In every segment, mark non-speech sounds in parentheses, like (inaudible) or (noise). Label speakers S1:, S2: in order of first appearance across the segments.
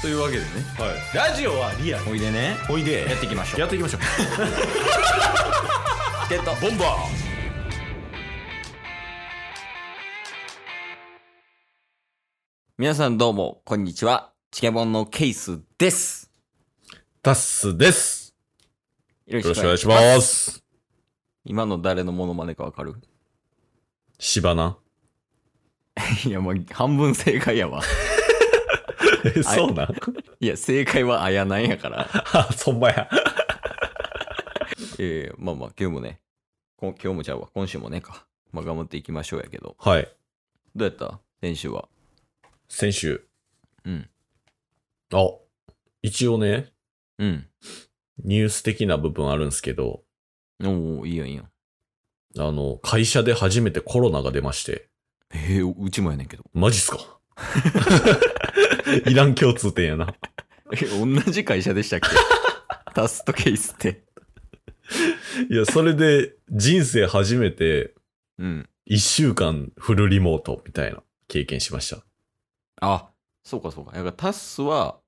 S1: というわけでね
S2: はい、ラジオはリアル
S1: おいでね
S2: おいで
S1: やっていきましょう
S2: やっていきましょう
S1: ってた
S2: ボンバ
S1: 皆さんどうもこんにちはチケボンのケイスです
S2: ータッスです
S1: よ
S2: よろしくお願いします
S1: 今の誰のモノマネかわかる (laughs)
S2: しばな
S1: いやもう半分正解やわ
S2: えそうなん
S1: いや正解はあやなんやから
S2: (laughs) あそんまや
S1: ええまあまあ今日もねこ今日もちゃうわ今週もねかまあ頑張っていきましょうやけど
S2: はい
S1: どうやった先週は
S2: 先週
S1: うん
S2: あ一応ね
S1: うん
S2: ニュース的な部分あるんですけど
S1: おおいいよいいよ
S2: あの会社で初めてコロナが出まして
S1: ええうちもやねんけど
S2: マジっす (laughs) かいらん共通点やな
S1: (laughs) え同じ会社で
S2: (laughs)
S1: したっけタストケイスって
S2: いやそれで人生初めて
S1: うん
S2: 一週間フルリモートみたいな経験しました
S1: あそうかそうかだからタスは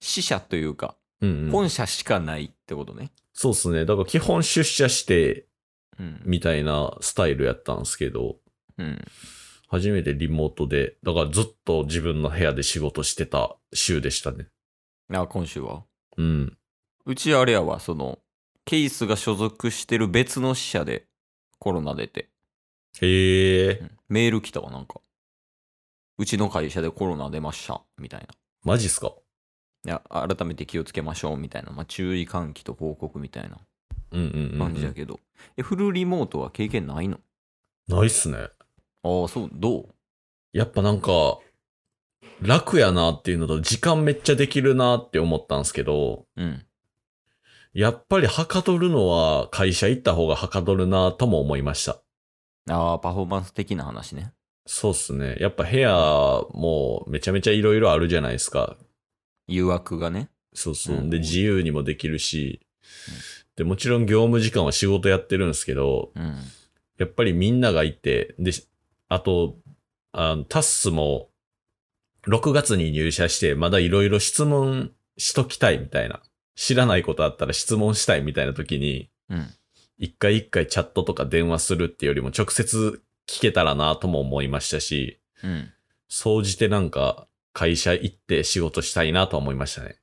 S1: 死者というか
S2: うん、うん、
S1: 本社しかないってことね
S2: そうっすねだから基本出社して
S1: うん
S2: みたいなスタイルやったんですけど
S1: うん
S2: 初めてリモートでだからずっと自分の部屋で仕事してた週でしたね
S1: あ今週は
S2: うん
S1: うちあれやわそのケイスが所属してる別の死者でコロナ出て
S2: へえ
S1: メール来たわ、なんか。うちの会社でコロナ出ました、みたいな。
S2: マジっすか
S1: いや、改めて気をつけましょう、みたいな。まあ、注意喚起と報告みたいな
S2: うんうんうん、
S1: 感じだけど。え、フルリモートは経験ないの
S2: ないっすね
S1: ああ、そう、どう
S2: やっぱなんか楽やなっていうのと時間めっちゃできるなって思ったんですけど
S1: うん。
S2: やっぱりはかどるのは会社行った方がはかどるなとも思いました
S1: ああ、パフォーマンス的な話ね。
S2: そうっすねやっぱ部屋もめちゃめちゃいろいろあるじゃないですか
S1: 誘惑がね。
S2: そうそう。
S1: うん
S2: で、自由にもできるし、で、もちろん業務時間は仕事やってるんですけど、
S1: うん。
S2: やっぱりみんながいて、で、あと、あのタッスも、6月に入社して、まだいろいろ質問しときたいみたいな。知らないことあったら質問したいみたいな時に、
S1: うん。
S2: 一回一回チャットとか電話するってよりも直接聞けたらなとも思いましたし、
S1: うん。
S2: 総じてなんか会社行って仕事したいなとは思いましたね。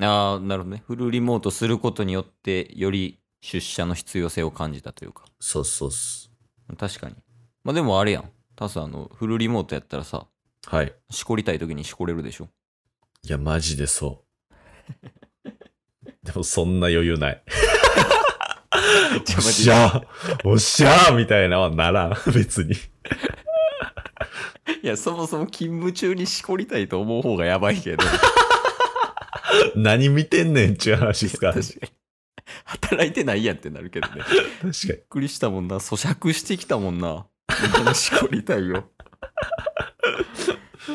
S1: ああ、なるほどね。フルリモートすることによって、より出社の必要性を感じたというか。
S2: そうそうっす。
S1: 確かに。まあ、でもあれやん。タス、あの、フルリモートやったらさ、
S2: はい。
S1: しこりたい時にしこれるで (laughs) しょ。
S2: いや、マジでそう。 (laughs) でも、そんな余裕ない。おっしゃーおっしゃーみたいなのはならん、 (laughs) 別に。
S1: いや、そもそも勤務中にしこりたいと思う方がやばいけど。
S2: 何見てんねんっちゅう話ですから。確か
S1: (laughs) 確かに。 (laughs) 働いてないやんってなるけどね。びっ
S2: に。
S1: くりしたもんな。咀嚼してきたもん (laughs) な。このしこりたいよ。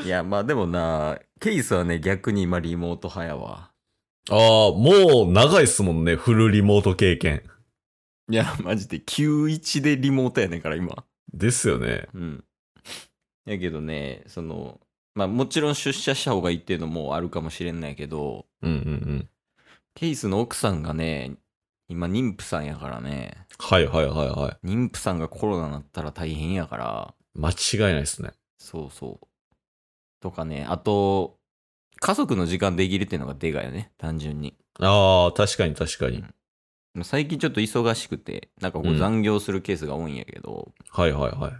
S1: いや、まあでもな、ケイスはね、逆に今リモート派やわ。
S2: ああ、もう長いっすもんね、フルリモート経験。
S1: いや、マジで91でリモートやねんから、今。
S2: ですよね。
S1: うん。やけどね、その、まあもちろん出社した方がいいっていうのもあるかもしれんないけど、
S2: うんうんうん。
S1: ケイスの奥さんがね、今妊婦さんやからね、
S2: はいはいはいはい。
S1: 妊婦さんがコロナになったら大変やから、
S2: 間違いないですね。
S1: そうそう。とかね、あと、家族の時間できるっていうのがでかいよね、単純に。
S2: ああ、確かに確かに。
S1: まあ最近ちょっと忙しくて、なんかこ
S2: う
S1: うん残業するケースが多いんやけど、
S2: はいはいはい。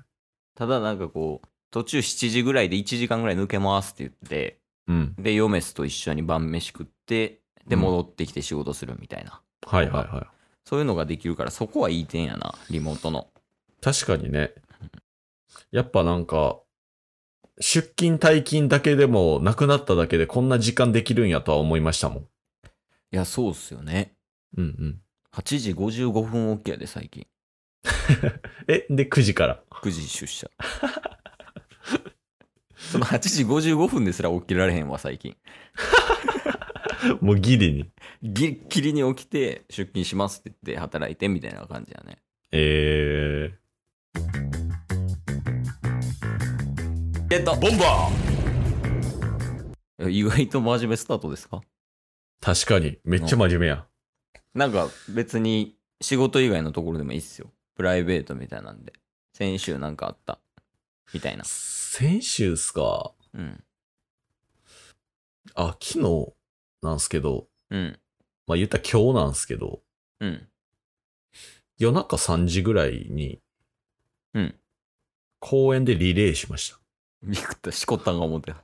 S1: ただなんかこう、途中7時ぐらいで1時間ぐらい抜けますって言って、
S2: うん。
S1: で、ヨメスと一緒に晩飯食って、で、戻ってきて仕事するみたいな。
S2: はいはいは
S1: そういうのができるから、そこはいい点やな、リモートの。
S2: い。確かにね。やっぱなんか、出勤退勤だけでも、なくなっただけでこんな時間できるんやとは思いましたもん。
S1: いや、そうっすよね。
S2: うんうん。
S1: 8時55分起きやで、最近。
S2: え、で、9時から。
S1: (laughs) 9時出社。その8時55分ですら起きられへんわ、最近。
S2: もうギリに。
S1: ギリッギリに起きて、出勤しますって言って、働いてみたいな感じやね。
S2: え
S1: ゲット
S2: ー。ボンバー
S1: え意外と真面目スタートですか
S2: 確かに、めっちゃ真面目や。
S1: なんか別に仕事以外のところでもいいっすよ。プライベートみたいなんで。先週なんかあった。みたいな。
S2: 先週っすか。
S1: うん。
S2: あ、昨日なんすけど、
S1: うん。
S2: まあ言ったら今日なんすけど、
S1: うん。
S2: 夜中3時ぐらいに、
S1: うん。
S2: 公園でリレーしました。
S1: びくった、しこったんが思ってた。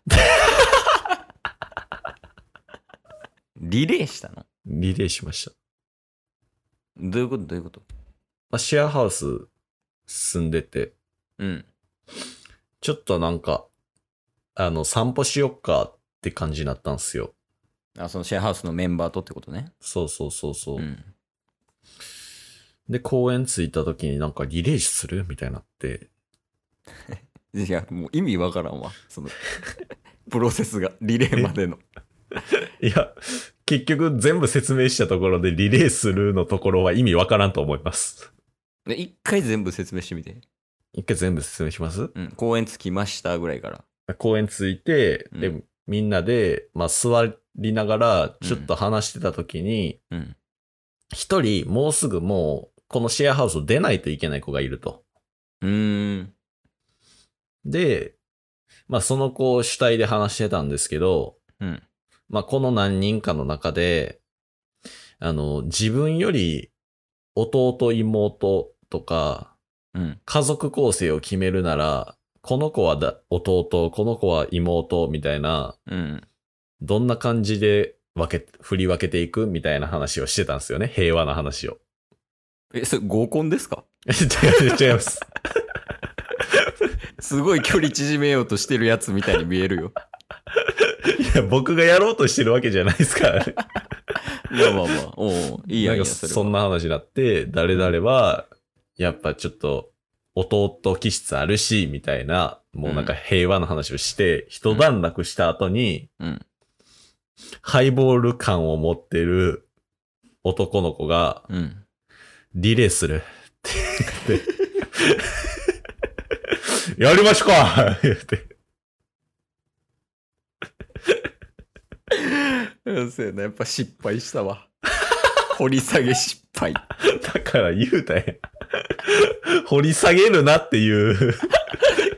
S1: リレーしたの
S2: リレーしました。
S1: どういうことどういうこと
S2: まあ、シェアハウス住んでて、
S1: うん。
S2: ちょっとなんか、あの、散歩しよっかって感じになったんすよ。
S1: あ、そのシェアハウスのメンバーとってことね。
S2: そうそうそうそう。
S1: うん。
S2: で、公園着いた時になんかリレーするみたいになって、 (laughs)
S1: いや、もう意味わからんわ。その、 (laughs) プロセスが、リレーまでの。
S2: いや、結局全部説明したところでリレーするのところは意味わからんと思います。
S1: で一回全部説明してみて。
S2: (laughs) 一回全部説明します
S1: うん。公園着きましたぐらいから。
S2: 公園着いて、
S1: うん
S2: で、みんなで、まあ座りながらちょっと話してた時に、
S1: うん。
S2: 一、人もうすぐもうこのシェアハウスを出ないといけない子がいると。
S1: うーん。
S2: で、まあその子を主体で話してたんですけど、
S1: うん。
S2: まあ、この何人かの中で、あの、自分より弟、妹とか、
S1: うん。
S2: 家族構成を決めるなら、この子はだ弟、この子は妹みたいな、
S1: うん。
S2: どんな感じで分け、振り分けていくみたいな話をしてたんですよね。平和な話を。 (laughs)
S1: え、それ合コンですか
S2: 違う違います。
S1: すごい距離縮めようとしてるやつみたいに見えるよ。
S2: いや、僕がやろうとしてるわけじゃないですからね。
S1: (laughs) いやまあまあ、おうおういいやいい
S2: なん
S1: や、
S2: か
S1: それ
S2: そ
S1: は。
S2: んな話になって、誰々は、やっぱちょっと、弟気質あるし、みたいな、もうなんか平和の話をして、一段落した後に、
S1: うん。
S2: ハイボール感を持ってる男の子が、
S1: うん。
S2: リレーするって言って、や (laughs) りましょうか言って。
S1: うん、 (laughs) そうやな、やっぱ失敗したわ。掘り下げ失敗。
S2: だから言うたやん。掘り下げるなっていう。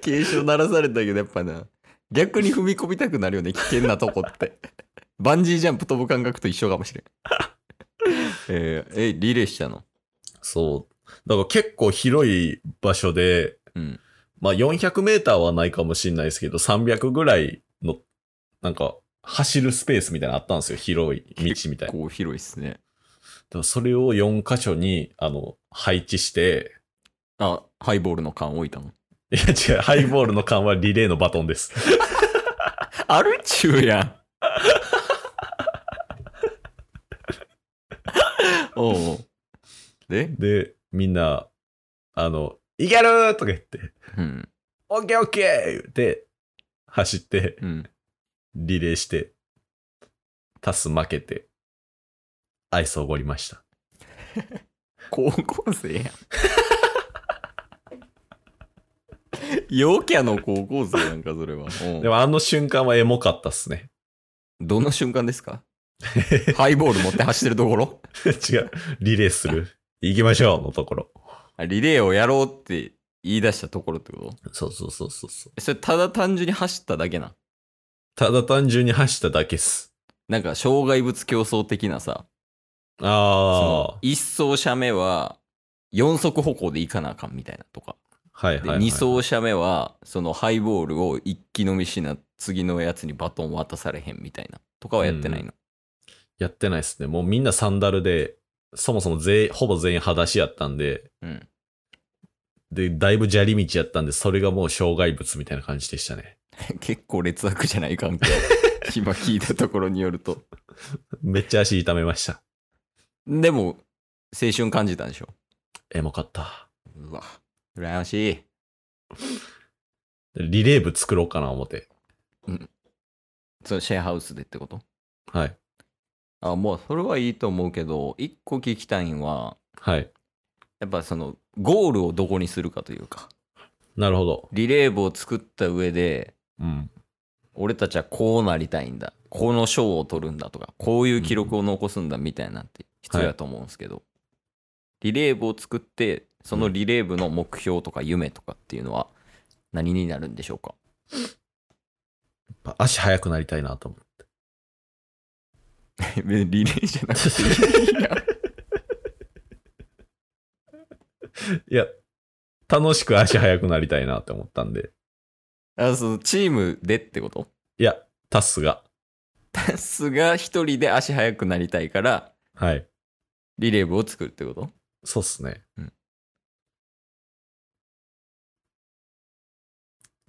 S1: 警鐘鳴らされたけど、やっぱな、逆に踏み込みたくなるよね、危険なとこって。 (laughs) バンジージャンプ飛ぶ感覚と一緒かもしれん。 (laughs) えーえ、リレーしたの
S2: そう。だから結構広い場所で、
S1: うん。
S2: まあ、400メーターはないかもしれないですけど、300ぐらいの、なんか、走るスペースみたいなのあったんですよ。広い道みたいな。
S1: こう広いっすね。
S2: でもそれを4箇所に、あの、配置して、 (laughs)
S1: あ、ハイボールの缶置いたの。
S2: いや違う、ハイボールの缶はリレーのバトンです。
S1: アルチューや (laughs) ん。おうおうで、
S2: で、みんな、あの、いけるーとか言って、
S1: うん、
S2: オッケーオッケー言って、走って、
S1: うん。
S2: リレーして、タス負けて、アイスおごりました。
S1: 高校生やん。陽キャの高校生なんか、それは。おう
S2: でもあの瞬間はエモかったっすね。
S1: どの瞬間ですかハイボール持って走ってるところ
S2: 違う。リレーする。行きましょうのところ。
S1: あリレーをやろうって言い出したところってこと
S2: そうそうそうそうそう。
S1: それただ単純に走っただけなん。
S2: ただ単純に走っただけっす。
S1: なんか障害物競争的なさ、
S2: あ
S1: その一走者目は4足歩行で行かなあかんみたいなとか、
S2: あ。はいはい、
S1: で
S2: はい。
S1: 2走者目はそのハイボールを一気飲みしな次のやつにバトン渡されへんみたいなとかはやってないの、
S2: やってないっすね。もうみんなサンダルで、そもそも全員、ほぼ全員裸足やったんで、
S1: うん
S2: で、だいぶ砂利道やったんで、それがもう障害物みたいな感じでしたね。
S1: (laughs) 結構劣悪じゃない環境今聞いたところによると
S2: めっちゃ足痛めました。
S1: でも青春感じたんでしょ
S2: エモかった。
S1: うわ羨ましい
S2: リレー部作ろうかな、思って。
S1: そのシェアハウスでってこと
S2: はい。
S1: あもうそれはいいと思うけど一個聞きたいんは
S2: はい。
S1: やっぱそのゴールをどこにするかというか
S2: なるほど。
S1: リレー部を作った上で
S2: うん。
S1: 俺たちはこうなりたいんだこの賞を取るんだとかこういう記録を残すんだみたいなんて必要やと思うんですけど、リレー部を作ってそのリレー部の目標とか夢とかっていうのは何になるんでしょうか (laughs)
S2: やっぱ足速くなりたいなと思う。
S1: リレーじゃなく
S2: いや、楽しく足速くなりたいなって思ったんで。
S1: あそのチームでってこと
S2: いや、タスが。
S1: タスが一人で足速くなりたいから
S2: はい。
S1: リレー部を作るってこと
S2: そうっすね。
S1: うん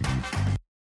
S3: す